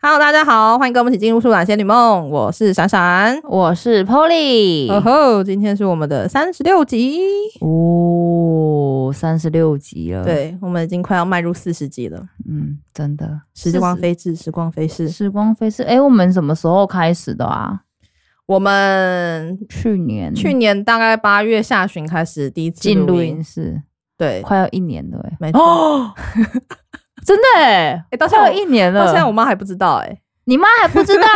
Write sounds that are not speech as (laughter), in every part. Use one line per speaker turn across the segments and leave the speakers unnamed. Hello，大家好，欢迎跟我们一起进入《树懒仙女梦》，我是闪闪。
我是 Polly，
哦吼，今天是我们的三十六集，
哦，三十六集了，，
对我们已经快要迈入四十集了。
嗯，真的，
时光飞逝，时光飞逝。
时光飞逝。哎，我们什么时候开始的啊？
我们
去年，
去年大概八月下旬开始第一次
进录
音
音，室，
对，
快要一年了，哎，
没错。
(laughs) 真的哎，
哎，到现在
快
我
要一年了，
到现在我妈还不知道哎，
你妈还不知
(laughs)
道，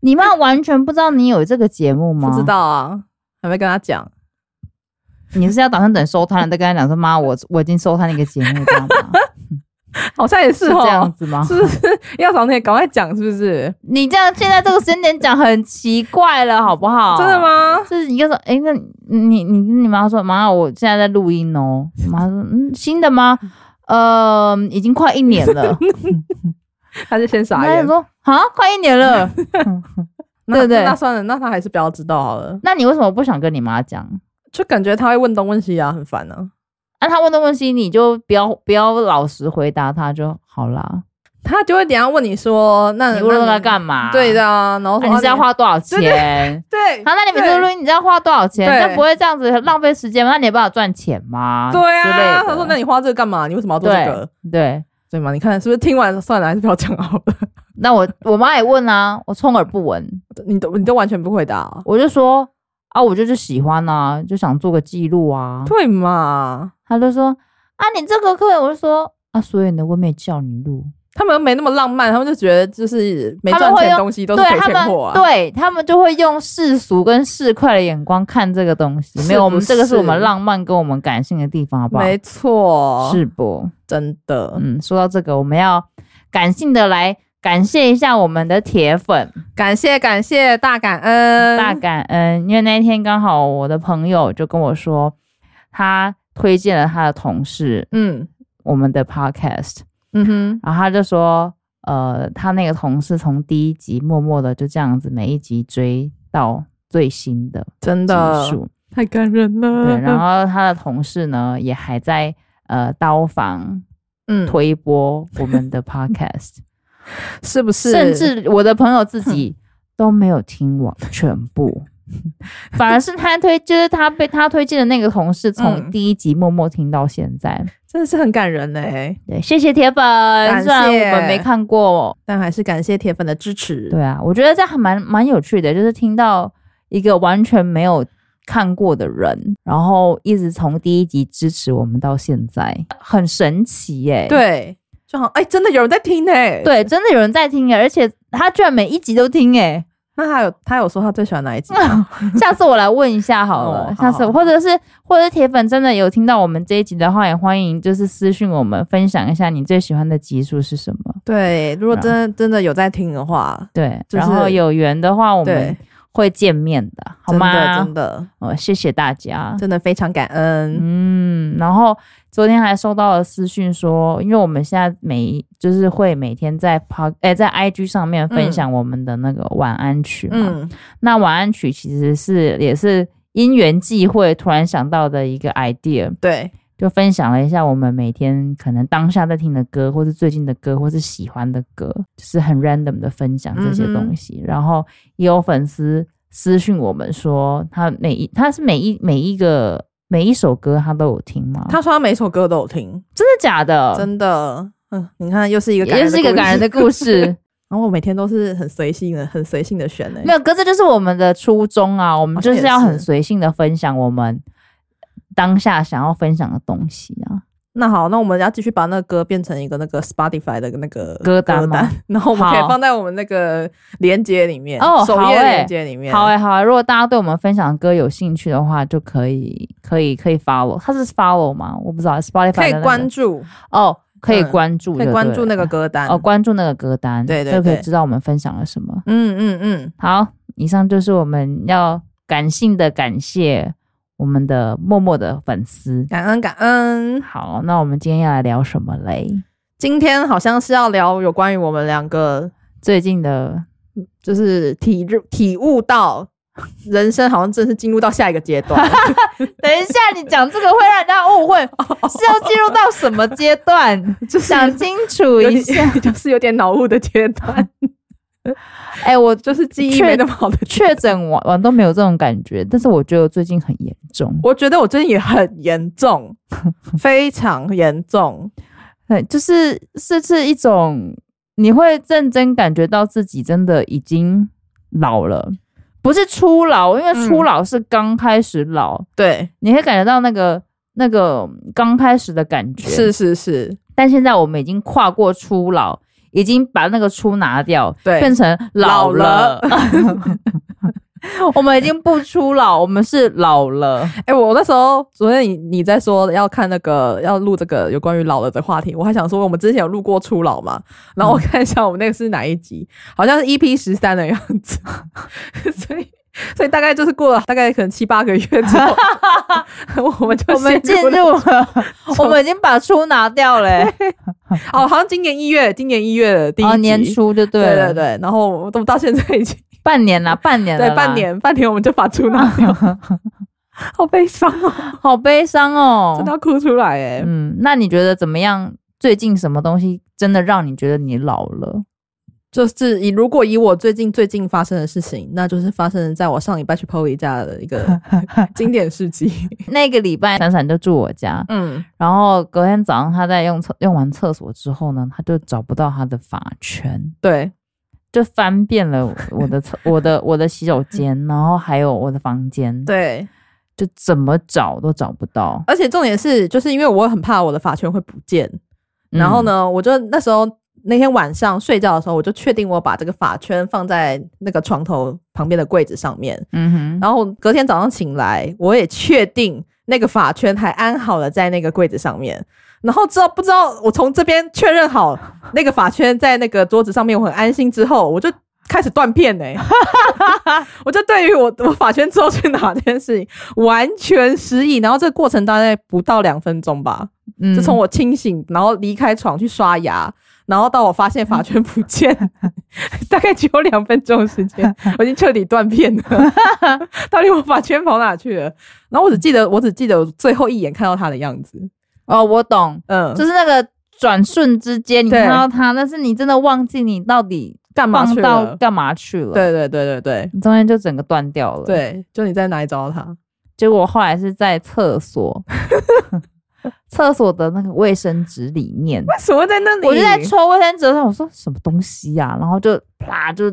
你妈完全不知道你有这个节目吗？
不知，道啊，还没跟她讲。
你是要打算等收摊了再跟她讲说，妈，我我已经收摊了一个节目，这样吗？
(laughs) 好像也是
是
哦
这样子吗？
是不是要早点赶快讲？是不是？
你这样现在这个时间点讲很奇怪了，好不好？
真的？吗？
就是一个说，哎、那你你你妈说，妈，我现在在录音哦。我妈说，嗯，新的吗？呃，已经快一年了。
她就先 (laughs) 傻
她就
眼。
说，啊，快一
(laughs)
年了。
那
对对
那算了，那她还是不要知道好了。
那你为什么不想跟你妈讲？
就感觉她会问东问西啊，很烦啊。
啊，她问东问西，你就不要不要老实回答她就好啦。
她就会等一下问你说，嗯那
你问她干
嘛？
嘛？
对的、啊，然后
啊。
说
你是要
啊
花多少
对对
钱？ (laughs)
对
啊，那你每次录音，你知道花多少钱？
对
这样不会这样子浪费时间吗？那你也不好赚钱吗？
对
之类
啊。
的
她说：“那你花这个干嘛？你为什么要做这个？
对对，
对吗？你看是不是听完算了，还是不要讲好
(laughs)
了？
那我我妈也问啊，我充耳不闻，
你都你都完全不回答啊、
我就说啊，我就是喜欢啊，就想做个记录啊。
(laughs) 对嘛？
她就说啊，你这个课，我就说啊，所以呢，我没叫你录，
他们没那么浪漫，他们就觉得就是没
他们
赚
会
钱的
用
东西都是
对
赔
他
钱
们
货，啊。
对他们就会用世俗跟市侩的眼光看这个东西，
是
没有，我
不
们这个是
是
我们浪漫跟我们感性的地方，好不好？
没错，
是不？
真的。
嗯，说到这个，我们要感性的来感谢一下我们的铁粉。
感谢感谢，大感恩，
嗯大感恩，因为那一天刚好我的朋友就跟我说，他推荐了他的同事
嗯
我们的 podcast，
嗯哼，
然后他就说，呃，他那个同事从第一集默默的就这样子每一集追到最新的
真
集
的
数，
太感人了。
对，然后他的同事呢也还在呃刀房
嗯，
推播我们的 podcast，、
是不是？
甚至我的朋友自己都没有听完全 (laughs) 部，反而是他推，就是他被他推荐的那个同事，从
嗯
第一集默默听到现在。
真的是很感人嘞、欸
对，谢谢铁粉，
谢
虽然我们没看过，
但还是感谢铁粉的支持。
对啊，我觉得这还蛮蛮有趣的，就是听到一个完全没有。看过的人，然后一直从第一集支持我们到现在，很神奇耶、
对，就好，哎、真的有人在听呢、，
对，真的有人在听耶、而且他居然每一集都听耶、
那他有他有说他最喜欢哪一集吗？
(laughs)
(laughs)
下次我来问一下好了，
哦好
下次或者是或者是铁粉真的有听到我们这一集的话，也欢迎就是私讯我们分享一下你最喜欢的集数是什么。
对，如果真
啊
的真的有在听的话，
对，
就是
然后有缘的话，我们
对，
会见面的，好
真的
吗
真？的
哦，谢谢大家。
真的非常感恩。
嗯，然后昨天还收到了私讯说，因为我们现在每就是会每天在 p 哎、在 IG 上面分享我们的那个晚安曲嘛，
嗯，
那晚安曲其实是也是因缘际会突然想到的一个 idea，
对，
就分享了一下我们每天可能当下在听的歌，或是最近的歌，或是喜欢的歌，就是很 random 的分享这
嗯
些东西。然后也有粉丝私讯我们说，他每一他是每一每一个每一首歌他都有听吗？
他说他每一首歌都有听，
真的假的？
真的。嗯，你看，又是一个感
也
人
就
的
是一个
故事
感人的故
(laughs)
事，
然后我每天都是很随性的，很随性的选呢、
没有哥，这就是我们的初衷啊，我们就是要
好哦像也是
很随性的分享我们当下想要分享的东西啊。
那好，那我们要继续把那个歌变成一个那个 Spotify 的那个
歌单吗
单， (laughs) 然后我们可以
好
放在我们那个连接里面
哦
首
好
页
欸
连接里面。
好哎、好哎、如果大家对我们分享的歌有兴趣的话，就可以可以可以 follow，它是 follow 吗？我不知道，Spotify
可以
的那个
关注，
哦，可以
嗯
关注就
可
对
以
了，
关注那个歌单。
哦，关注那个歌单，
对对
就可以
对
知道我们分享了什么。
嗯嗯嗯，
好，以上就是我们要感性的感谢我们的默默的粉丝。
感恩感恩。
好，那我们今天要来聊什么嘞？
今天好像是要聊有关于我们两个
最近的
就是体入体悟到人生好像真是进入到下一个阶段
(laughs)
了。
(laughs) 等一下，你讲这个会让人家误会，是要进入到什么阶 (laughs) 段？
就是
想清楚
有
一
点
下。
(laughs) 就是有点脑雾的阶段，
哎、我
就是记忆没那么好的阶段。
确诊完完都没有这种感觉，但是我觉得我最近很严重。
我觉得我最近也很严
(laughs)
重，非常严重。
对，哎就是是是一种你会认真感觉到自己真的已经老了，不是初老，因为初老是刚开始老，
对，
你会感觉到那个那个刚开始的感觉。
是，是是，
但现在我们已经跨过初老，已经把那个初拿掉，
对
变成老了。我们已经不初老，我们是老了。
哎、我那时候昨天你你在说要看那个要录这个有关于老了的话题，我还想说我们之前有录过初老嘛，然后
嗯
我看一下我们那个是哪一集，好像是 EP 十三的样子， (laughs) 所以所以大概就是过了大概可能七八个月之
(laughs)
后， (laughs) 我们就
我们进
陷了
入了， (laughs) 我们已经把初拿
(laughs)
掉了、欸。
哦，好像今年一月，今年一月的第一集、
哦，年初就对
对对
了，
对，然后我都到现在已经
半年啦，半年了
对
啦
半，年半年我们就把出拿掉，
(laughs)
好悲伤哦，
好悲伤哦
真的。要哭出来哎、
嗯，那你觉得怎么样？最近什么东西真的让你觉得你老了？
就是以如果以我最近最近发生的事情，那就是发生在我上礼拜去 PO 一家的一个经典事迹。
那个礼拜，闪闪就住我家，
嗯，
然后隔天早上他在用厕用完厕所之后呢，他就找不到他的发圈，
对，
就翻遍了我我
(laughs)
的厕我的我的洗手间，然后还有我的房间，，
对，
就怎么找都找不到。
而且重点是，就是因为我很怕我的发圈会不见，
嗯
然后？呢，我就那时候那天晚上睡觉的时候，我就确定我把这个发圈放在那个床头旁边的柜子上面，
嗯哼，
然后隔天早上醒来，我也确定那个发圈还安好了在那个柜子上面。然后知道不知道，我从这边确认好那个发圈在那个桌子上面，我很安心之后，我就开始断片哎、我就对于我我发圈之后去哪这件事情完全失忆。然后这个过程大概不到两分钟吧，
嗯
就从我清醒，然后离开床去刷牙，然后到我发现发圈不见， (laughs) 大概只有两分钟的时间，我已经彻底断 (laughs) 片了。到底我发圈跑哪去了？然后我只记得，我只记得我最后一眼看到他的样子。
哦，我懂，
嗯，
就是那个转瞬之间，你
对
看到他，但是你真的忘记你到底
干嘛
放
去
到
了？
干嘛去了。，
对对对对对
你中间就整个断掉了。，
对，就你在哪里找到他？
结果我后来是在
(laughs)
厕所，厕所的那个卫生纸里面，
为什么在那里？
我就在抽卫生纸的时候，我说什么东西呀、然后就啪就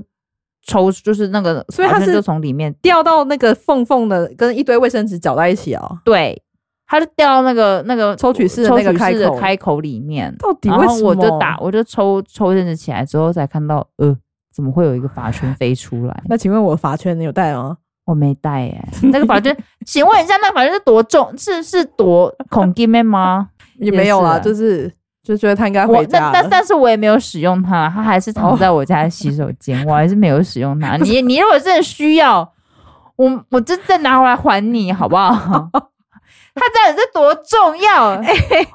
抽，就是那个，
所以它是
好像就从里面
掉到那个缝缝的，跟一堆卫生纸搅在一起哦。
对，它就掉到那个那个
抽取式的那个
抽取式
开
的
口
开口里面。
到底
然
为
后
什么？嗯
我就打，。我就抽抽卫生纸起来之后，才看到呃，怎么会有一个法圈飞出来？
那请问我发圈你有带吗？
我没带耶、那个法圈，请问一下，那个法圈是多重？是是
(laughs)
多恐惧面吗？
也没有啦，
也是啊
就是就觉得他应该
我
啊回
但
家
但
了。哦
但是我也没有使用它，它还是躺在我家的洗手间，我还是没有使用
(laughs)
它。你你如果真的需要，我我就再拿回来还你，好不好？它到底是多重
(laughs)
要？
哎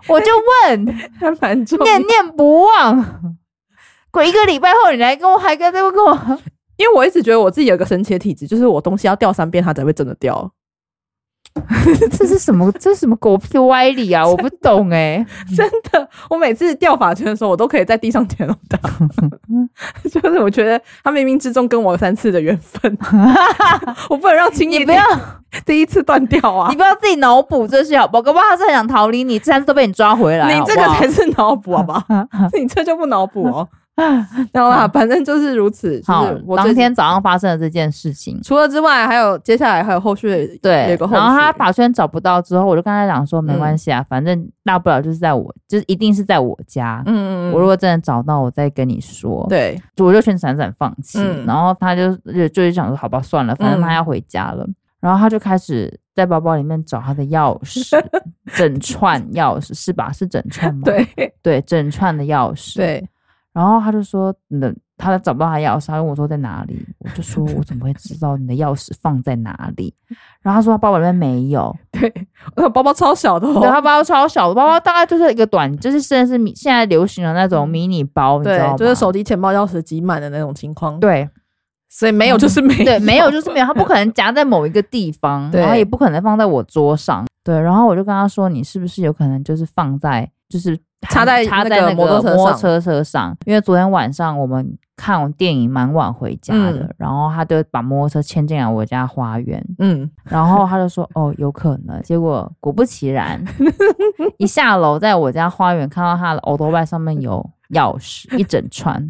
我就问，
还蛮重要的
念念不忘。鬼一个礼拜后，你来跟我还跟这个跟我，
因为我一直觉得我自己有个神奇的体质，就是我东西要掉三遍，它才会真的
(laughs)
掉。
这是什 (laughs) 么？这是什么狗屁歪理啊！我不懂哎、
真的，我每次掉发圈的时候，我都可以在地上捡到它。
(laughs)
就是我觉得它冥冥之中跟我有三次的缘
(laughs)
分，我不能让轻易
你不要，
第一次断掉啊
你！不要自己脑补这些好不好？搞不好他是很想逃离你，这三次都被你抓回来。
你这个
好不好
才是脑啊补，好不好？ (laughs) 你这就不脑补
(laughs)
哦。然后啦，反正就是如此。就
好
是。我
当
最近
天早上发生的这件事情，
除了之外，还有接下来还有后续，有
对
一个，后续。
然后他法圈找不到之后，我就跟他讲说，没关系
嗯
啊，反正大不了就是在我，就是一定是在我家。
嗯，嗯
我如
嗯，
果真的找到，我再跟你说。
对，
我就劝闪闪放弃，
嗯
然后他就就就是想说，好吧，算了，反
嗯
正他要回家了。然后他就开始在包包里面找他的钥
(laughs)
匙，整串钥匙是吧？是整串吗？
对，
对，整串的钥匙。。
对，
然后他就说，你的他找不到他钥匙，他问我说在哪里，我就说我怎么会知道你的钥匙放在哪里？然后他说他包包里面没有，
我 (laughs) 的包包超小的哦。
对，他包包超小的，包包大概就是一个短，就是甚至是迷现在流行的那种迷你包，你知道
嗯对
吗？，
就是手提钱包钥匙挤满的那种情况。，
对。
所以没有就是没有，
对，没有就是没有，它不可能夹在某一个地方，
对
然后也不可能放在我桌上。对，然后我就跟他说，你是不是有可能就是放在就是
插在
插
那
在
个
那个
摩
摩
托车上
车车上？因为昨天晚上我们看完电影蛮晚回家的，
嗯
然后他就把摩托车牵进来我家花园，
(laughs) 嗯，
然后他就说哦有可能，结果果不其然，一下楼在我家花园看到他的 o l d b i 上面有钥匙一整串，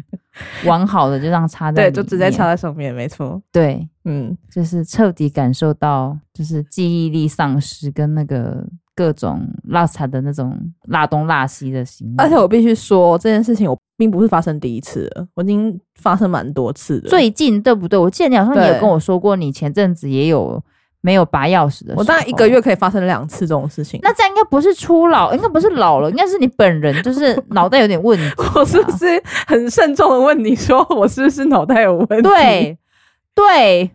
完好的就让插在
对，
里
就直接插在
面
上面，没错，
对。
嗯，
就是彻底感受到，就是记忆力丧失跟那个各种拉萨的那种拉东拉西的行为。
而且我必须说这件事情，我并不是发生第一次了，我已经发生蛮多次的。
最近对不对？我记得你好像也
对
有跟我说过，你前阵子也有没有拔钥匙的时候。
我大概一个月。可以发生两次这种事情。
那这样应该不是初老，应该不是老了，应该是你本人就是
(laughs)
脑袋有点问题、
我是不是很慎重的问你说，我是不是脑袋有问题？，
对对，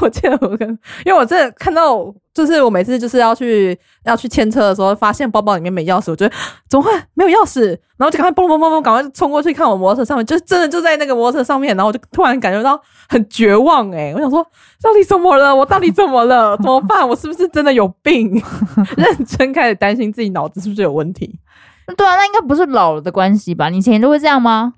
我记得我跟，因为我真的看到，就是我每次就是要去要去牵车的时候，发现包包里面没钥匙，我觉得怎么会没有钥匙？然后就赶快嘣嘣嘣嘣，赶快冲过去看我摩托车上面，就是真的就在那个摩托车上面，然后我就突然感觉到很绝望、欸，我想说到底怎么了？我到底怎么了？怎么办？我是不是真的有病？ (laughs) 认真开始担心自己脑子是不是有问题。
对啊，那应该不是老了的关系吧？你以前就会这样吗？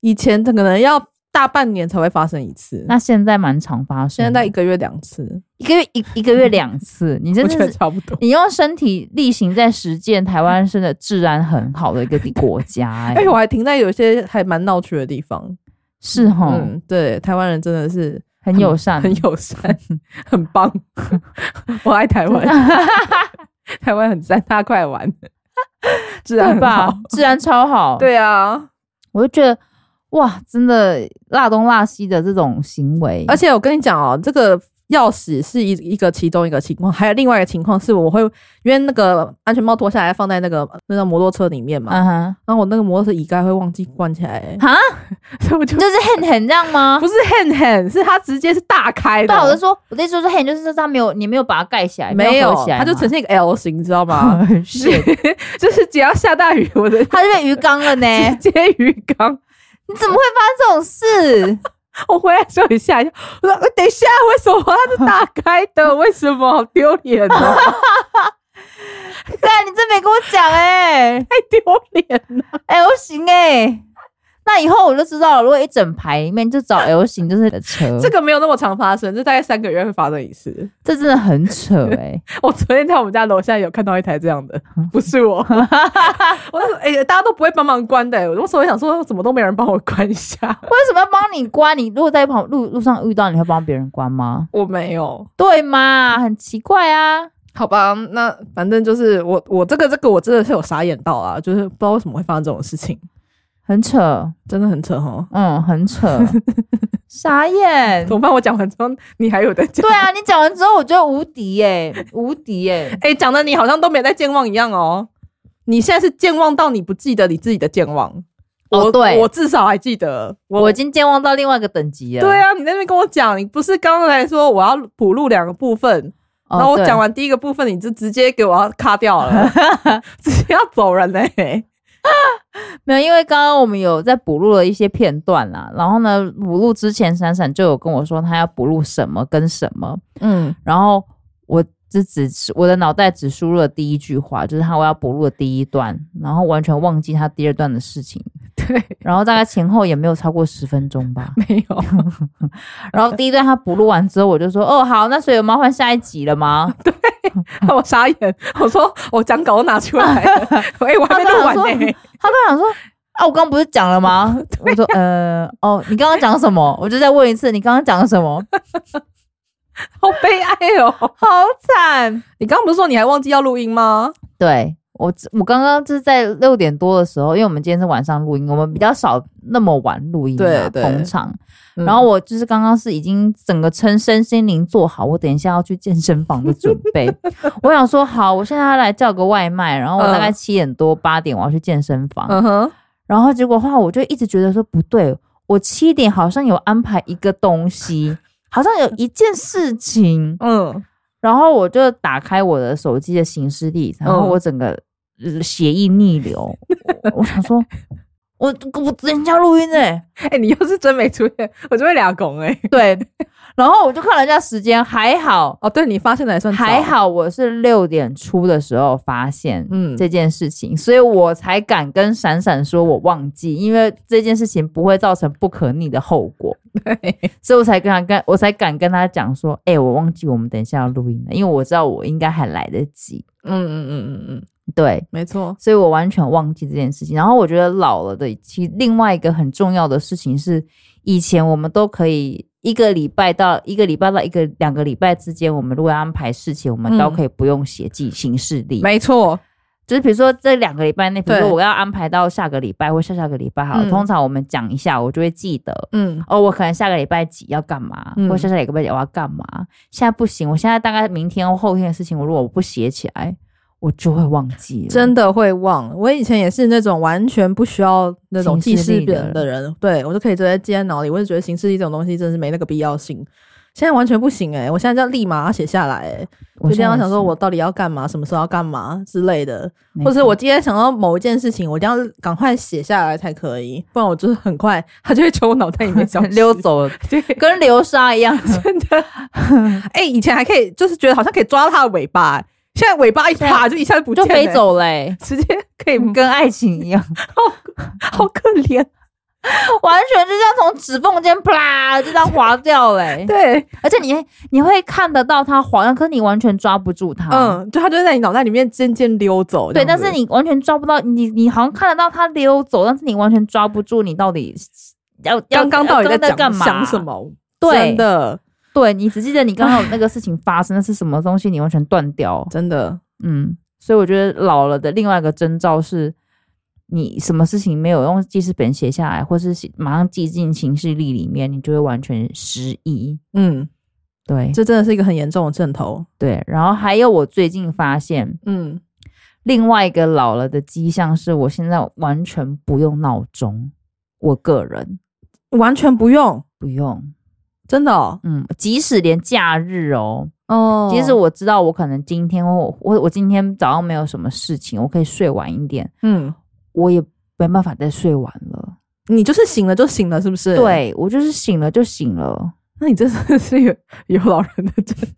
以前可能要大半年才会发生一次，
那现在蛮常发生
现
的，
在一个月两次，
一个月一一个月两次，你真
我
的
觉
是
得差不
(laughs)
多。
你用身体力行在实践台湾是的治安很好的一个国家、欸， (laughs)
哎而且我还停在有一些还蛮闹区的地方，
是吼，
嗯，对，台湾人真的是
很友善，
很友善，
嗯
很
(laughs)
棒，我爱台湾， (laughs) 台湾很赞，大家快来
(laughs)
玩，治安
对
很
吧
好？
治安超好，，
对啊，
我就觉得哇，真的辣东辣西的这种行为，
而且我跟你讲哦，这个钥匙是一一个其中一个情况，还有另外一个情况是，我会因为那个安全帽脱下来放在那个那个摩托车里面嘛，
嗯哼，
然后我那个摩托车椅盖会忘记关起来、欸，
哈，
(laughs) 所以我就
就是很很这样吗
不？是很很，是它直接是大开的，哦
对啊，我就说，我的意思就是很，就是说他没有，你没有把它盖起来，
没
有
有
合起，来
它
嘛，
就呈现一个 L 型，你知道吗？
(laughs)
是 (laughs)
是，，
就是只要下大雨，我的
它就变鱼缸了 (laughs) 呢。
直接鱼缸。
你怎么会发生这 (laughs) 种事？
我回来的时候也吓一跳，我说：“呃等一下，为什么它是
(laughs)
打开的？为什么好丢脸哦，
对，啊你真没跟我讲哎、
太丢脸了！
(laughs) L 型哎、那以后我就知道了。如果一整排里面就找 L 型，就是的车，
这个没有那么常发生，这大概三个月会发生一次。
这真的很扯哎、
(laughs) 我昨天在我们家楼下有看到一台这样
(laughs)
的，不是我，我那时候哎、大家都不会帮忙关的、欸我那时候想说，怎么都没人帮我关一下， (laughs)
为什么要帮你关？你如果在旁路路上遇到，你会帮别人关吗？
我没有。
对吗？很奇怪啊。
好吧，那反正就是我，我这个这个我真的是有傻眼到啊，就是不知道为什么会发生这种事情，
很扯，
真的很扯哦。
嗯，很
(laughs)
扯，傻眼
怎。么办？我讲完之后，你还有在讲
对？啊，你讲完之后，我觉得无敌耶、无欸健耶、
哎、讲的你好像都没在健忘一样哦。你现在是健忘到你不记得你自己的健忘。
哦
我
对
我至少还记得。
我已经健忘到另外一个等级了。
对啊，你在那边跟我讲，你不是刚才说我要补录两个部分，
哦，
然后我
对
讲完第一个部分，你就直接给我要卡掉 (laughs) 了，直接要走人欸嘞、
没有，因为刚刚我们有在补录了一些片段啦，然后呢，补录之前闪闪就有跟我说她要补录什么跟什么，
嗯，
然后我只只我的脑袋只输入了第一句话，就是她我要补录的第一段，然后完全忘记她第二段的事 (laughs) 情，
对，，
然后大概前后也没有超过十分钟 (laughs) 吧
没有，
然后第一段她补录完之后，我就说哦好，那所以我们要换下一集了 (laughs) 吗？
(laughs) 我傻眼，我说我讲稿都拿出来 (laughs) 了，哎、我还没录完呢、
她刚想说。啊，我刚刚不是讲了吗？ (laughs) 我说，呃，哦，你刚刚讲什么？我就再问一次，你刚刚讲什么？
好悲哀哦！
(laughs) 好惨。
你刚刚不是说你还忘记要录音吗？
对我只，我刚刚就是在六点多的时候，因为我们今天是晚上录音，我们比较少那么晚录音、啊，
对嗯对
捧场。
然
然后
后
我就是刚刚是已经整个身身心灵做好，我等一下要去健身房的准
(laughs)
备。我想说，好，我现在要来叫个外卖，然后我大概
嗯
七点多八点我要去健身房，
嗯哼，
然后结果话我就一直觉得说不对，我七点好像有安排一个东西，好像有一件事情，
嗯，
然后我就打开我的手机的行事历，然后
嗯 (laughs)
我整个呃血液逆流，我我想说，我我人家录音哎、
哎、你要是真没出现，我就会俩拱哎。 (laughs)
对，然后我就看了一下时间，还好
哦，对你发现的也算早
还，好，我是六点出的时候发现
嗯，
这件事情，所以我才敢跟闪闪说我忘记，因为这件事情不会造成不可逆的后果，
(laughs) 对，
所以我才跟他跟我才敢跟他讲说，哎、我忘记我们等一下要录音了，因为我知道我应该还来得及，
嗯嗯嗯嗯嗯，
对，
没错，
所以我完全忘记这件事情。然后我觉得老了的，其实另外一个很重要的事情是，以前我们都可以一个礼拜到一个礼拜到一个两个礼拜之间，我们如果要安排事情，我们
嗯
都可以不用写记行事历。
没错，
就是比如说这两个礼拜内，比如说
对
我要安排到下个礼拜或下下个礼拜好了，
嗯
通常我们讲一下，我就会记得。
嗯，
哦，我可能下个礼拜几要干嘛，
嗯
或下下礼拜几我要干嘛。现在不行，我现在大概明天或后天的事情，我如果我不写起来，我就会忘记了。
真的会忘。我以前也是那种完全不需要那种记事本的人，对我就可以直接记在脑里。我就觉得形式力这种东西真是没那个必要性。现在完全不行哎、我现在要立马写下来、欸，就
我
这
现在
样
也
想说，
是
我到底要干嘛，什么时候要干嘛之类的，
没
或是
错
我今天想到某一件事情，我一定要赶快写下来才可以，不然我就是很快它就会从我脑袋里面消失
(laughs) 溜。走了，
(laughs) 对，
跟流沙一样。
真
(laughs)
的，哎、以前还可以，就是觉得好像可以抓到它的尾巴、欸现在尾巴一爬就一 (laughs) 下就不见
就
了、
飞，走嗯嘞、
直接可以，
跟爱情一样，
(laughs) 好可怜。
(laughs) 完全就像从指缝间啪就这样滑掉嘞、
(laughs) 对，
而且你你会看得到它滑，可是你完全抓不住它。，
嗯，就它就会在你脑袋里面渐渐溜走。
对，
这样
但
子
是你完全抓不到，你你好像看得到它溜走，但是你完全抓不住你到底要要
刚刚到底
要
在
干
讲
嘛？
想什？么？
对
真的，
对你只记得你刚刚有那个事情发生，那是什么东西？你完全断掉。
真的，
嗯，所以我觉得老了的另外一个征兆是，你什么事情没有用记事本写下来，或是写马上记进行事历里面，你就会完全失忆。
嗯，
对
这真的是一个很严重的症头。
对，然后还有我最近发现
嗯，
另外一个老了的迹象是，我现在完全不用闹钟，我个人
完全不用，
不用，
真的哦。
嗯，即使连假日哦，
哦
即使我知道我可能今天或我我今天早上没有什么事情，我可以睡晚一点，
嗯，
我也没办法再睡晚了。
你就是醒了就醒了，是不是？，
对我就是醒了就醒
(laughs)
了，
那你真的是有 (laughs) 有老人的症 (laughs)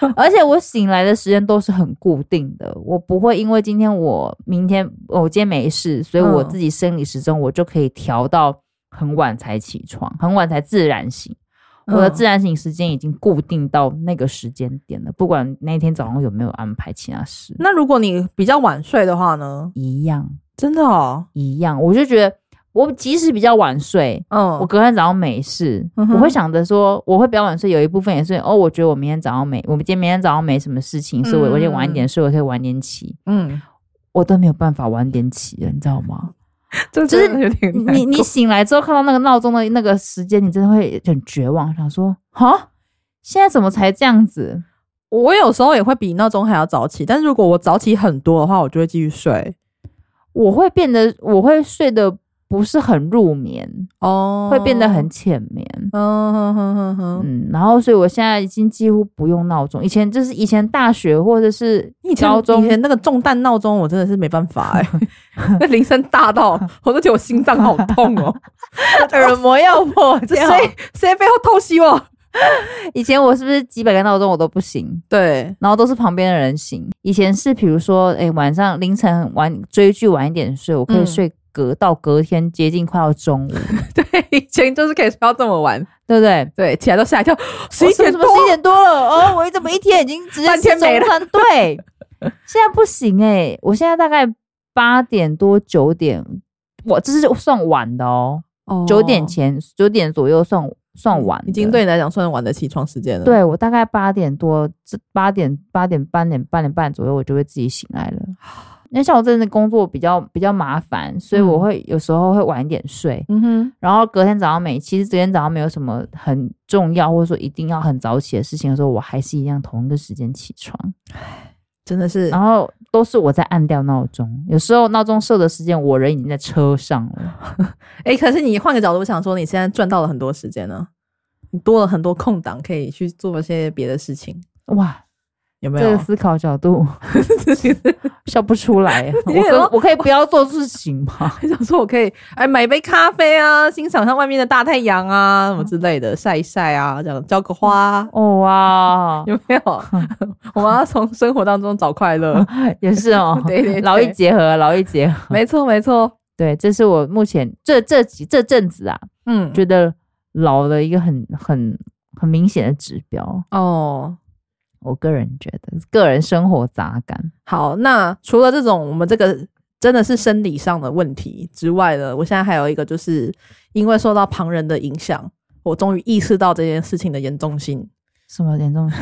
头。
而且我醒来的时间都是很固定的，我不会因为今天我明天哦我今天没事，所以我
嗯
自己生理时钟我就可以调到很晚才起床，很晚才自然醒。我的
嗯
自然醒时间已经固定到那个时间点了，不管那天早上有没有安排其他事，
那如果你比较晚睡的话呢？
一样
真的哦，
一样，我就觉得我即使比较晚睡，
嗯，
我隔天早上没事，
嗯哼
我会想着说，我会比较晚睡，有一部分也是哦，我觉得我明天早上没，我们今天明天早上没什么事情，所以我我先晚一点睡，我可以晚点起，
嗯，
我都没有办法晚点起了，你知道
(laughs)
吗？
这
就是
真的有点难
你你
过
醒来之后看到那个闹钟的那个时间，你真的会很绝望，想说哈，现在怎么才这样子？
我有时候也会比闹钟还要早起，但是如果我早起很多的话，我就会继续睡。
我会变得我会睡得不是很入眠，
哦
会变得很浅眠。
嗯哼哼哼哼，
嗯，然后所以我现在已经几乎不用闹钟，以前就是以前大学或者是
以前
高中
以前那个中弹闹钟，我真的是没办法哎、 (laughs) 那铃声大到我都觉得我心脏好痛哦，
耳膜要 (laughs) 破
(laughs) 这
掉。
谁谁在背后偷袭我？
以前我是不是几百个闹钟我都不醒，
对，
然后都是旁边的人醒。以前是比如说，哎、晚上凌晨很晚追剧晚一点睡，我可以
嗯
睡隔、到隔天接近快要中午， (laughs)
(laughs) 以前就是可以睡到这么晚，
对不对？
对，起来都吓一跳，十
我
一
是不
点
是什
多
么十一点多了 (laughs) 哦，我怎么一天已经直接
半天
吃中
没了
餐？对，现在不行哎、我现在大概八点多九点，我这是算晚的哦，九、点前九点左右算算晚的，
已经对你来讲算晚的起床时间了。，
对我大概八点多，这八点八点半点八点半左右，我就会自己醒来了。因为像我真的工作比较比较麻烦，所以我
啊嗯
会有时候会晚一点睡，
嗯哼，
然后隔天早上没，其实昨天早上没有什么很重要或者说一定要很早起的事情的时候，我还是一样同一个时间起床，
真的是
然后都是我在按掉闹钟，有时候闹钟设的时间我人已经在车上
(laughs)
了，
哎、可是你换个角度想说，你现在赚到了很多啊时间呢、你多了很多空档可以去做一些别的事情。
哇，
有没
这个
有？
思考角度 (laughs) 笑不出来。
(laughs)
我
你也
可
说
我可以不要做事情吗？ (laughs)
很 (laughs) 想说我可以哎买杯咖啡啊，欣赏一下外面的大太阳啊，什么之类的，晒一晒啊，这样浇个花啊、(laughs)
哦哇，
有没有？我们要从生活当中找快乐。
也是哦
(laughs) ，对对对
劳逸结合，劳逸结合。
没错，没错。
对，这是我目前这这几这阵子啊，
嗯，
觉得老的一个很很很明显的指标。
哦，
我个人觉得，个人生活杂感。
好。那除了这种我们这个真的是生理上的问题之外呢，我现在还有一个，就是因为受到旁人的影响，我终于意识到这件事情的严重性， (laughs)
什么严重性？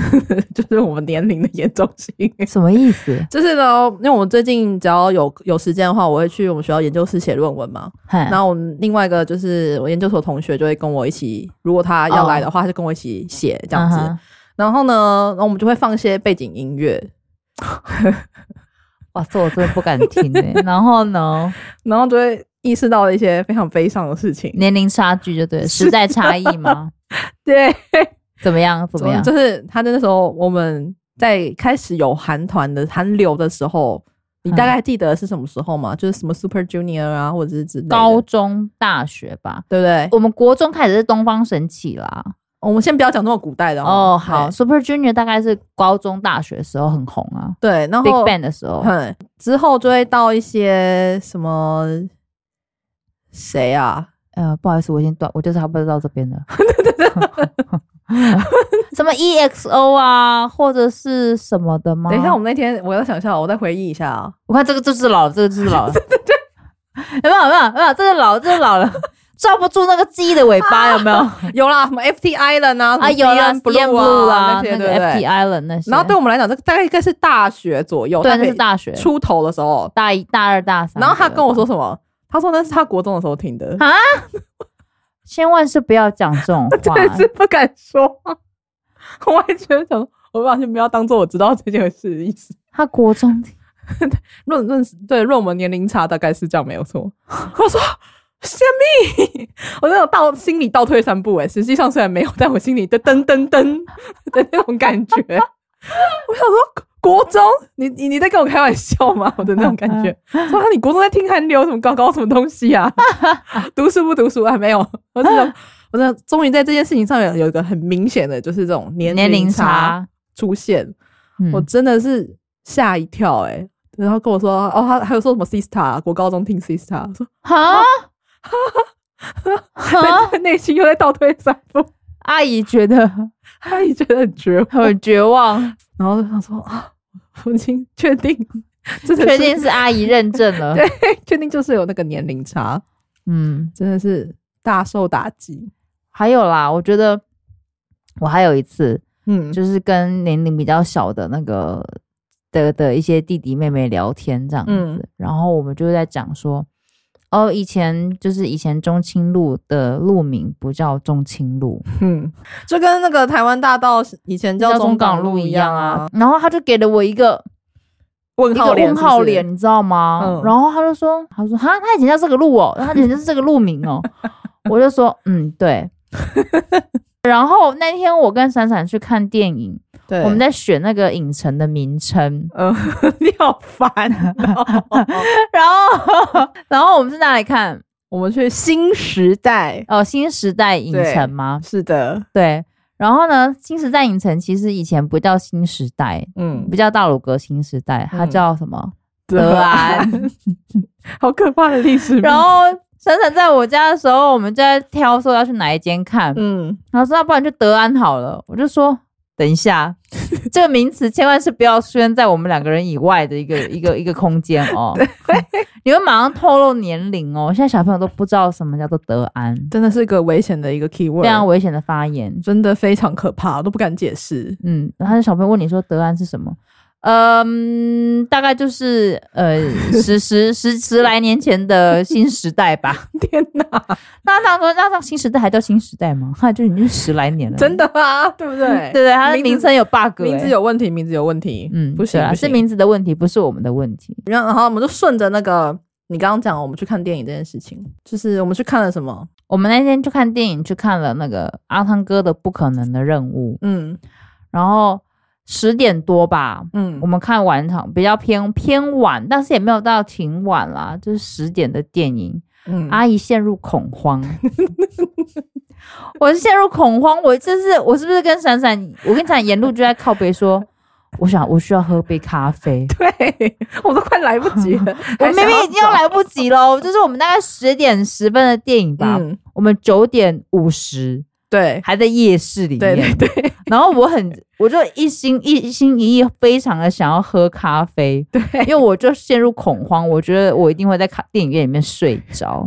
就是我们年龄的严重性。
什么意
(laughs)
思？
就是呢，因为我最近只要有有时间的话，我会去我们学校研究室写论文嘛。
然 (laughs)
然后我们另外一个就是我研究所同学就会跟我一起，如果他要来的话，他就跟我一起写这样子。
嗯
然后呢，然后我们就会放一些背景音乐，
哇，这我真的不敢听
(laughs)
哎、然后呢，
然后就会意识到了一些非常悲伤的事情。
年龄差距就对了，时代差异吗？
(laughs) 对，
怎么样？怎么样？
就是他的那时候我们在开始有韩团的韩流的时候，你
嗯
大概记得是什么时候吗？就是什么 Super Junior 啊，或者是之类的
高，中、大学吧。
对不对？
我们国中开始是东方神起啦。
我们先不要讲那么古代的
哦，好
对
，Super Junior 大概是高中、大学时候很红啊
对，然
，Big
后
Bang 的时候，
嗯，之后就会到一些什么谁啊？
呃，不好意思，我已经断，我就差不多到这
(laughs)
边了。什么 EXO 啊，或者是什么的吗？
等一下，我，们那天我要想一下，我再回忆一下啊。 (laughs)
我看这个就是老了，这个就是老了，有没有？有没有？有没有？这个老了，这个老了，抓不住那个记忆的尾巴，有
(laughs)
没有？
有啦，什么 FT Island 啊，
啊，有啦
b l u
Blue
啊
啊，
那些，
那
对
个
不
FT
对？
Island 那些，
然后对我们来讲，这个大概应该是大学左右，
对，
概
那是大学，
出头的时候。
大一、大二、大三。
然后他跟我说，什么？他说那是他国中的时候听的，
啊，千万是不要讲
(laughs)
这种话，
但是不敢说。 (laughs) 我完全想说，我完全不要当做我知道这件事的意思。
他国中
论论对论文年龄差大概是这样没有错。 (laughs) 我说虾米，我那种倒心里倒退三步哎、实际上虽然没有，但我心里的噔噔噔的那种感觉。 (laughs) 我想说国中，你你你在跟我开玩笑吗？我的那种感觉，说啊你国中在听韩流什么搞搞什么东西啊？ (laughs) 读书不读书啊？没有，我真的我真的终于在这件事情上面有一个很明显的就是这种年
年
龄
龄
差
差，
出现。
嗯
我真的是吓一跳哎、然后跟我说哦，他还有说什么 Sista，国高中听 Sista，我说
哈哈，
(laughs) 在内心又在倒退三步， (laughs)
阿姨觉得
他也觉得很绝望，
很
(laughs)
绝望，
然后就想说啊，我已经确定， (laughs) 真的
确
是
定是阿姨认证了。
(laughs) 对确定就是有那个年龄差，
嗯，
真的是大受打击。
还有啦，我觉得我还有一次
嗯，
就是跟年龄比较小的那个的的一些弟弟妹妹聊天这样子，
嗯
然后我们就在讲说。哦，以前就是以前中清路的路名不叫中清路，
嗯， (laughs) 就跟那个台湾大道以前叫中港路一样啊，。
然后他就给了我一个
问
一
号
个
脸，
问号脸，，你知道吗？
嗯
然后他就说，他说哈，他以前叫这个路哦，他以前就是这个路名 (laughs) 哦。我就说，嗯，对。 (laughs) 然后那天我跟闪闪去看电影，
对，
我们在选那个影城的名称，
嗯，你好烦哦、
(laughs) 然后然后我们是哪里看？
(laughs) 我们去新时代，
哦，新时代影城吗？
是的，
对。然后呢，新时代影城其实以前不叫新时代，
嗯
不叫大鲁阁新时代，它
嗯
叫什么？
德
德
安
安，
(laughs) 好可怕的历史。
然，后闪闪在我家的时候，我们就在挑说要去哪一间看，
嗯，
然后说要啊不然就德安好了。我就说等
(laughs)
一下，这个名词千万是不要出现在我们两个人以外的一个一个一个空间哦， (laughs) 你会马上透露年龄哦。现在小朋友都不知道什么叫做德安，
真的是个危险的一个 keyword，
非常危险的发言。
真的非常可怕，我都不敢解释。
嗯，然后小朋友问你说德安是什么？嗯，大概就是呃十十十十来年前的新时代吧。 (laughs)
天哪，
那他说，那那新时代还叫新时代吗？哈，就已经十来年了，
真的啊，对不对？
对对，他的
名
名
字
称有 bug，、欸
名字，有问题，名字有问题，
嗯，
不行
对，啊，
不
是
行。
名字的问题，不是我们的问题。
然后，然后我们就顺着那个你刚刚讲，我们去看电影这件事情，就是我们去看了什么？
我们那天去看电影，去看了那个阿汤哥的《不可能的任务》，
嗯，
然后十点多吧，
嗯
我，们看晚场比较偏偏晚，但是也没有到挺晚啦，就是十点的电影，
嗯
阿姨陷入恐慌。 (laughs) 我是陷入恐慌，我这是我是不是跟闪闪？我跟闪闪沿路就在靠北说，我想我需要喝杯咖啡。，
(laughs) 对，我都快来不及 (laughs) 了
我明明已经要来不及喽，就是我们大概十点十分的电影吧，
吧，嗯
我们九点五十
对
还在夜市里
对
面，
对对
(laughs) 然后我很，我就一心一一心一意，非常的想要喝咖啡，
对，
因为我就陷入恐慌，我觉得我一定会在卡电影院里面睡
(laughs)
着。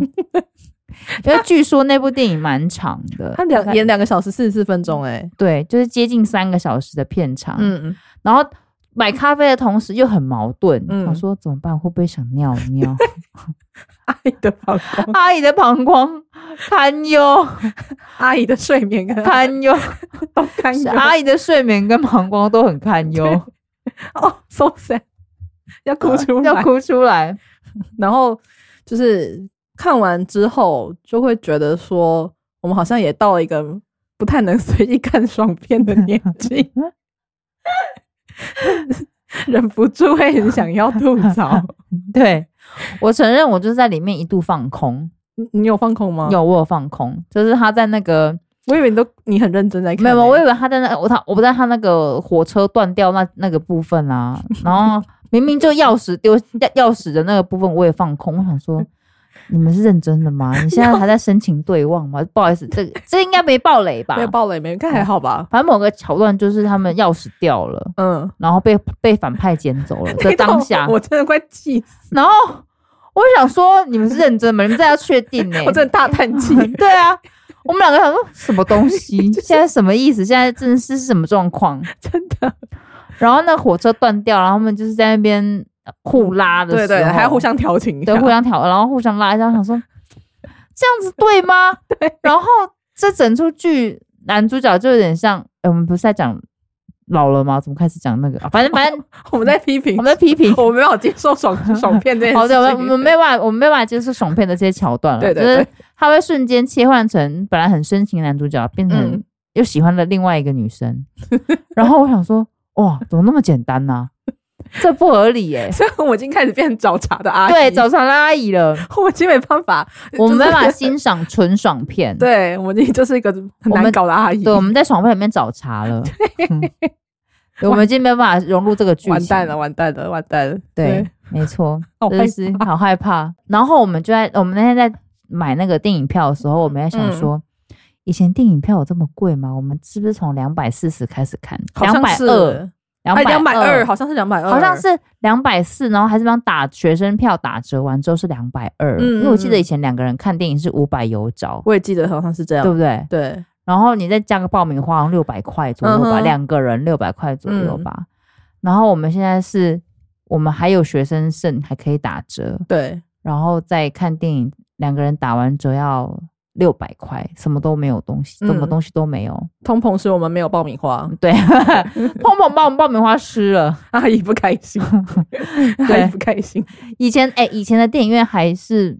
因为据说那部电影蛮长的，
他
大
两
概
演两个小时四十四分钟，哎，
对，就是接近三个小时的片长。
嗯， (laughs)
然后买咖啡的同时又很矛盾，
嗯
想说怎么办？会不会想尿
(laughs)
尿？
阿姨的膀胱，
阿姨的膀胱堪忧
阿姨的睡眠跟
堪忧，
(laughs) 都堪忧，
阿姨的睡眠跟膀胱都很堪忧，
哦，so sad，要
(laughs)
呃哭出
要
来，
哭出来。
然后就是看完之后就会觉得说，我们好像也到了一个不太能随意看爽片的 (laughs) 年纪。忍不住会很想要吐槽，
(laughs) 对，我承认，我就是在里面一度放空，
(laughs) 你你有放空吗？，
有我有放空，就是他在那个
我以为你都你很认真在看、
没有，没有
欸
我以为他在那我他我不在他那个火车断掉那那个部
(laughs)
分啦、然后明明就钥匙丢钥钥匙的那个部分我也放空，我
(laughs)
想说。你们是认真的吗？你现在还在深情对望吗？不好意思，这个这应该没爆雷吧
没？有暴雷，没有看还好吧？
反正某个桥段就是他们钥匙掉了，
(laughs) 嗯，
然后被被反派捡走
(laughs)
了。在
那段
当下
我，我真的快气 (laughs) 死，
然后我想说，你们是认真吗？你们这要确定
(laughs)
呢、
我真的大叹气。
对啊，我们两个想说什么
(laughs)
东西？现在什么意思？现在真的是什么状况？
真的，
然后那火车断掉，然后他们就是在那边互拉的
(laughs)
时
对
候，
对，还要互相调情一下，
对互相挑，然后互相拉一下，想
(laughs)
说这样子对吗？对。然后这整出剧男主角就有点像，诶我们不是在讲老了吗？怎么开始讲那个？啊反正反正
我们在批评
我，们在批评。
我没有接受爽 (laughs) 爽片这件
好
事
的，哦我们
情。
我们没办法，我们没办法接受爽片的这些桥段了。
对对
就是
对，
他会瞬间切换成本来很深情的男主角，变成
嗯
又喜欢了另外一个女生。然后我想说，哇，怎么那么简单呢、这不合理耶、
所以 (laughs) 我已经开始变找茬的阿姨，
对，找上阿姨了，
(laughs) 我已经没办法，
(laughs) 我们没
就是
办法欣赏纯爽
(laughs)
片。
对我已经就是一个很
我们
难搞的阿姨，
对，我们在爽片里面找茬了。嗯对我们已经没有办法融入这个剧情，
完蛋了，。完蛋了，完蛋了，哦
对，，没错。
好害
真是好害怕。然后我们就在我们那天在买那个电影票的时候，我们在
嗯
想说，以前电影票有这么贵吗？我们是不是从两百四十开始看？
好
两
像
百
是
二，，两
哎，
百
两百二，
二，
好像是两百二，
好像是两百四，然后还是帮打学生票打折完之后是两百二。
嗯
因为我记得以前两个人看电影是五百有找，
我也记得好像是这
对
样，
不对？
对，
然后你再加个爆米花，好像六百块左右吧，
嗯哼嗯
两个人六百块左右吧。然后我们现在是，我们还有学生证还可以打折，
对，
然后再看电影，两个人打完折要六百块，什么都没有东西，
嗯
什么东西都没有。 (laughs)
通膨时我们没有爆米花， (laughs)
对，碰碰把我们爆米花吃了。 (laughs)
阿姨不开心，阿姨不开心，
以前哎、以前的电影院还是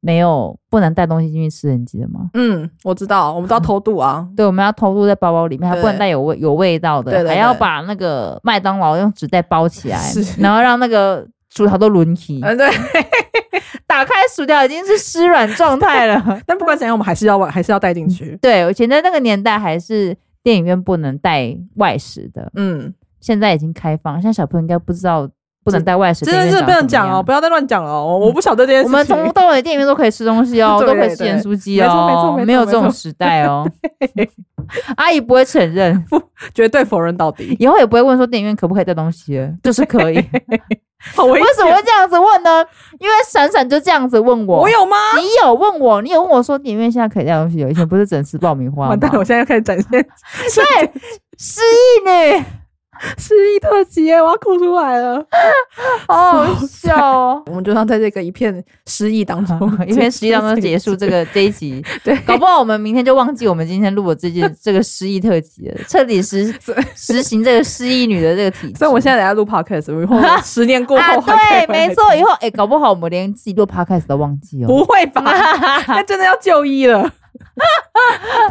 没有不能带东西进去吃，你记得吗？
嗯，我知道，我们都要偷渡啊，
对，我们要偷渡在包包里面，还
对
不能带有味有味道的，
对对对
还要把那个麦当劳用纸袋包起来
是，
然后让那个薯条都轮起。
嗯，对， (laughs)
打开薯条已经是湿软状态了。 (laughs)
但不管怎样，我们还是要玩，还是要带进去。
对，我以前在那个年代还是电影院不能带外食的，
嗯，
现在已经开放，现在小朋友应该不知道不能带外食。
真的是不能讲哦，。不要再乱讲了哦，我不晓得这件
我
事
们
情。
从到尾电影院都可以吃东西哦，
(laughs) 对
都可以
对
吃盐酥鸡
没错没
哦
错没，错
没有这种时代
(laughs)
哦。阿姨不会承认，
绝对否认到
(laughs)
底，
以后也不会问说电影院可不可以带东西
(laughs)
了，就是可以。
好危
为什么
险！
会这样子问呢？因为闪闪就这样子问我，
我有吗？
你有问我，你有问我说电影院现在可以带东西哦了，以前不是只能吃爆米花吗
完？蛋了，我现在开始展现
(laughs) 对，失忆呢，
失忆特辑耶，我要哭出来了。
好好笑哦。
(laughs) 我们就要在这个一片失忆当 (laughs) 中
(laughs) ，一篇十一当中结
(laughs)
束这个这一集，
对
搞不好我们明天就忘记我们今天录的这件这个失忆特辑了，彻底实
(laughs) 所
实行这个失忆女的这个体制。
所以我现在在录 podcast，我以 (laughs) 后十年过
啊，
后还
对，
可以回来
没错，以后哎、搞不好我们连自己录 podcast 都忘记哦。
(laughs)
(laughs)
不会吧？ (laughs) 那真的要就医 (laughs) 了，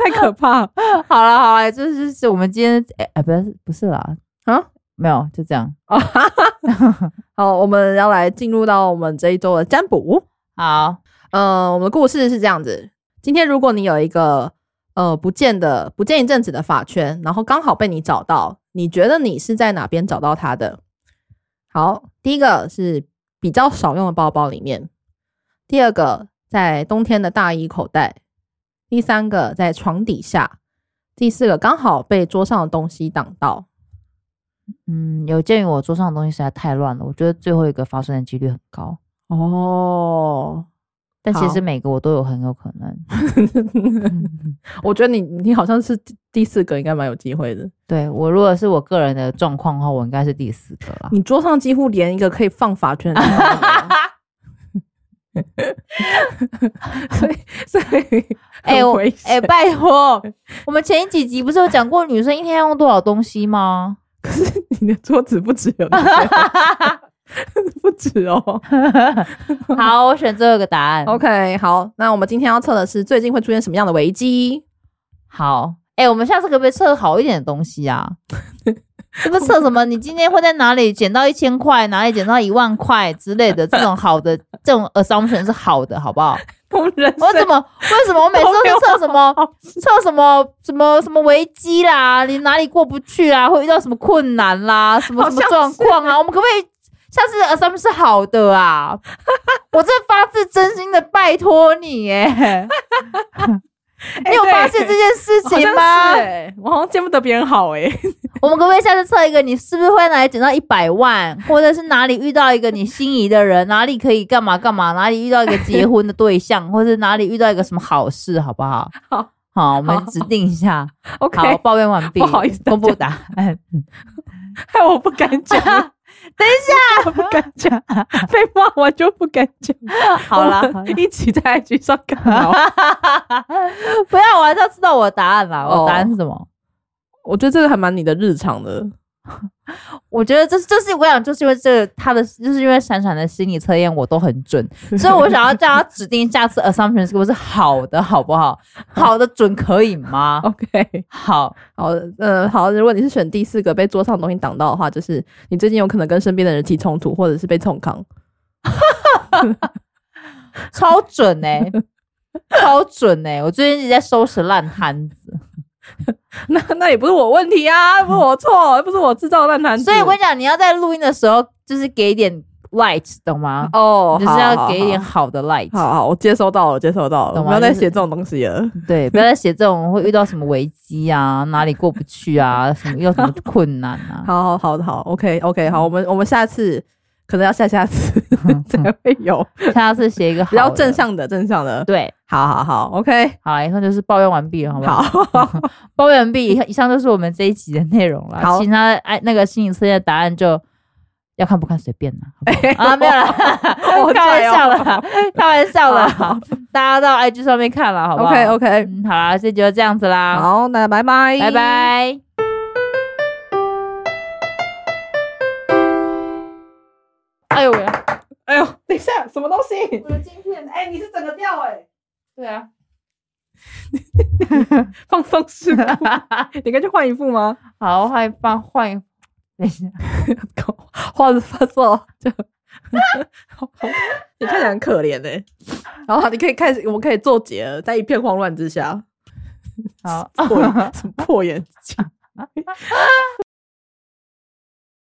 太可怕！
好了好了，这就是我们今天哎、哎不是不是啦，
啊，
没有，就这样。
好，我们要来进入到我们这一周的占卜。
好，
呃，我们的故事是这样子：今天如果你有一个呃不见的、不见一阵子的发圈，然后刚好被你找到，你觉得你是在哪边找到它的？好，第一个是比较少用的包包里面，第二个在冬天的大衣口袋，第三个在床底下，第四个刚好被桌上的东西挡到。
嗯，有鉴于我桌上的东西实在太乱了，我觉得最后一个发生的几率很高，
哦， (laughs)
但其
好
实每个我都有很有可
(laughs)
能。 (laughs) 嗯
我觉得你你好像是第第四个，应该蛮有机会的。
对我如果是我个人的状况的话，我应该是第四个啦。
你桌上几乎连一个可以放法 (laughs) 圈的地方都没有，所以所以
哎、
很
我
危
哎、
险
拜
(laughs)
托，我们前几集不是有讲过女生一天要用多少东西吗？
你的桌子不只有这些， (laughs) 不止哦。
好，我选最后一个答
(laughs)
案。
OK，好，那我们今天要测的是最近会出现什么样的危机？
好，哎、我们下次可不可以测好一点的东西啊？这不测什么？你今天会在哪里捡到一千块，哪里捡到一万块之类的？这种好的，这种 assumption 是好的，好不好？
我人
我
生
怎么？ (laughs) 为什么我每次都是测什么测什么什么什么危机啦？你哪里过不去啦？会遇到什么困难啦？什么
好
什
像
么状况啊？我们可不可以下次 assumption 是好
(laughs)
的啊？我这发自真心的拜托你耶！你有发现这件事
哎好像
情
是
吗？
欸我好像见不得别人好哎、
我们可不可以下次测一个，你是不是会哪里捡到一百万，或者是哪里遇到一个你心仪的人，哪里可以干嘛干嘛，哪里遇到一个结婚的
(laughs)
对象，或者哪里遇到一个什么好事，好不好？
好，
好，我们指定一下。
OK，
好，抱怨完
(laughs)
毕，
不好意思大家
公布答
(laughs)
案。
害我不敢 (laughs) 讲。
等
一下，不敢讲， (laughs) 被骂完就不敢讲。
好啦
我，们 (laughs) 一起在 IG 上干嘛？
(laughs) 不要，我还是要知道我的答案啦。
哦
我答案是什么？
我觉得这个还蛮你的日常的。
我觉得这是就是我跟你讲，就是因为这个他的，就是因为闪闪的心理测验我都很
(laughs)
准，所以我想要叫他指定下次 assumption 是不是好的，好不好？好的准可以吗？
哦 OK，
好，
好，呃，好，如果你是选第四个被桌上的东西挡到的话，就是你最近有可能跟身边的人起冲突，或者是被冲康。
超准哎、
(laughs)
超准哎、我最近一直在收拾烂摊子，
那那也不是我问题啊，不是我错，不是我制造烂摊子。
所以我跟你讲，你要在录音的时候就是给一点 light，懂吗？
哦，
就是要给一点
好。
好的 light，
好好好，我接收到了，我接收到了，
懂
我
吗
不要再
就是嗯
写这种东西了。
对，不要再写这种会遇到什么危机啊，哪里过不去
(laughs)
啊，什么遇到什么困难啊。
好好好好，OK OK，好，我
嗯
们我们下次可能要下下次 (laughs) 才会有
(laughs) 下次写嗯一个好
比较
的
正，向的正向的。
对，
好好好，OK，
好，以上就是抱怨完毕了，好不好？
好，
抱怨完毕，以上以上就是我们这一集的内容了。
好
其他哎那个心理测验的答案就要看不看随便啦，好不
(laughs)
好啊，没有
我哦
啦， (laughs) 开玩笑
(laughs)
啦，开玩笑啦，大家到 IG 上面看了，好不好
OK OK，
嗯，好啦，这集就这样子啦，
好，那拜拜，
拜。拜。哎呦喂！
哎呦，等一下，什么东西？ (laughs)
我的镜片，
哎、你是整个掉哎、
对啊，
放松事 (laughs) 故，你该去换一副吗？
好，换一帮换一，等一下，
画着发错， (laughs) 就好好你看起来很可怜哎、然后你可以开始，我们可以做结了，在一片慌乱之下， (laughs)
好。
破眼什么破眼镜。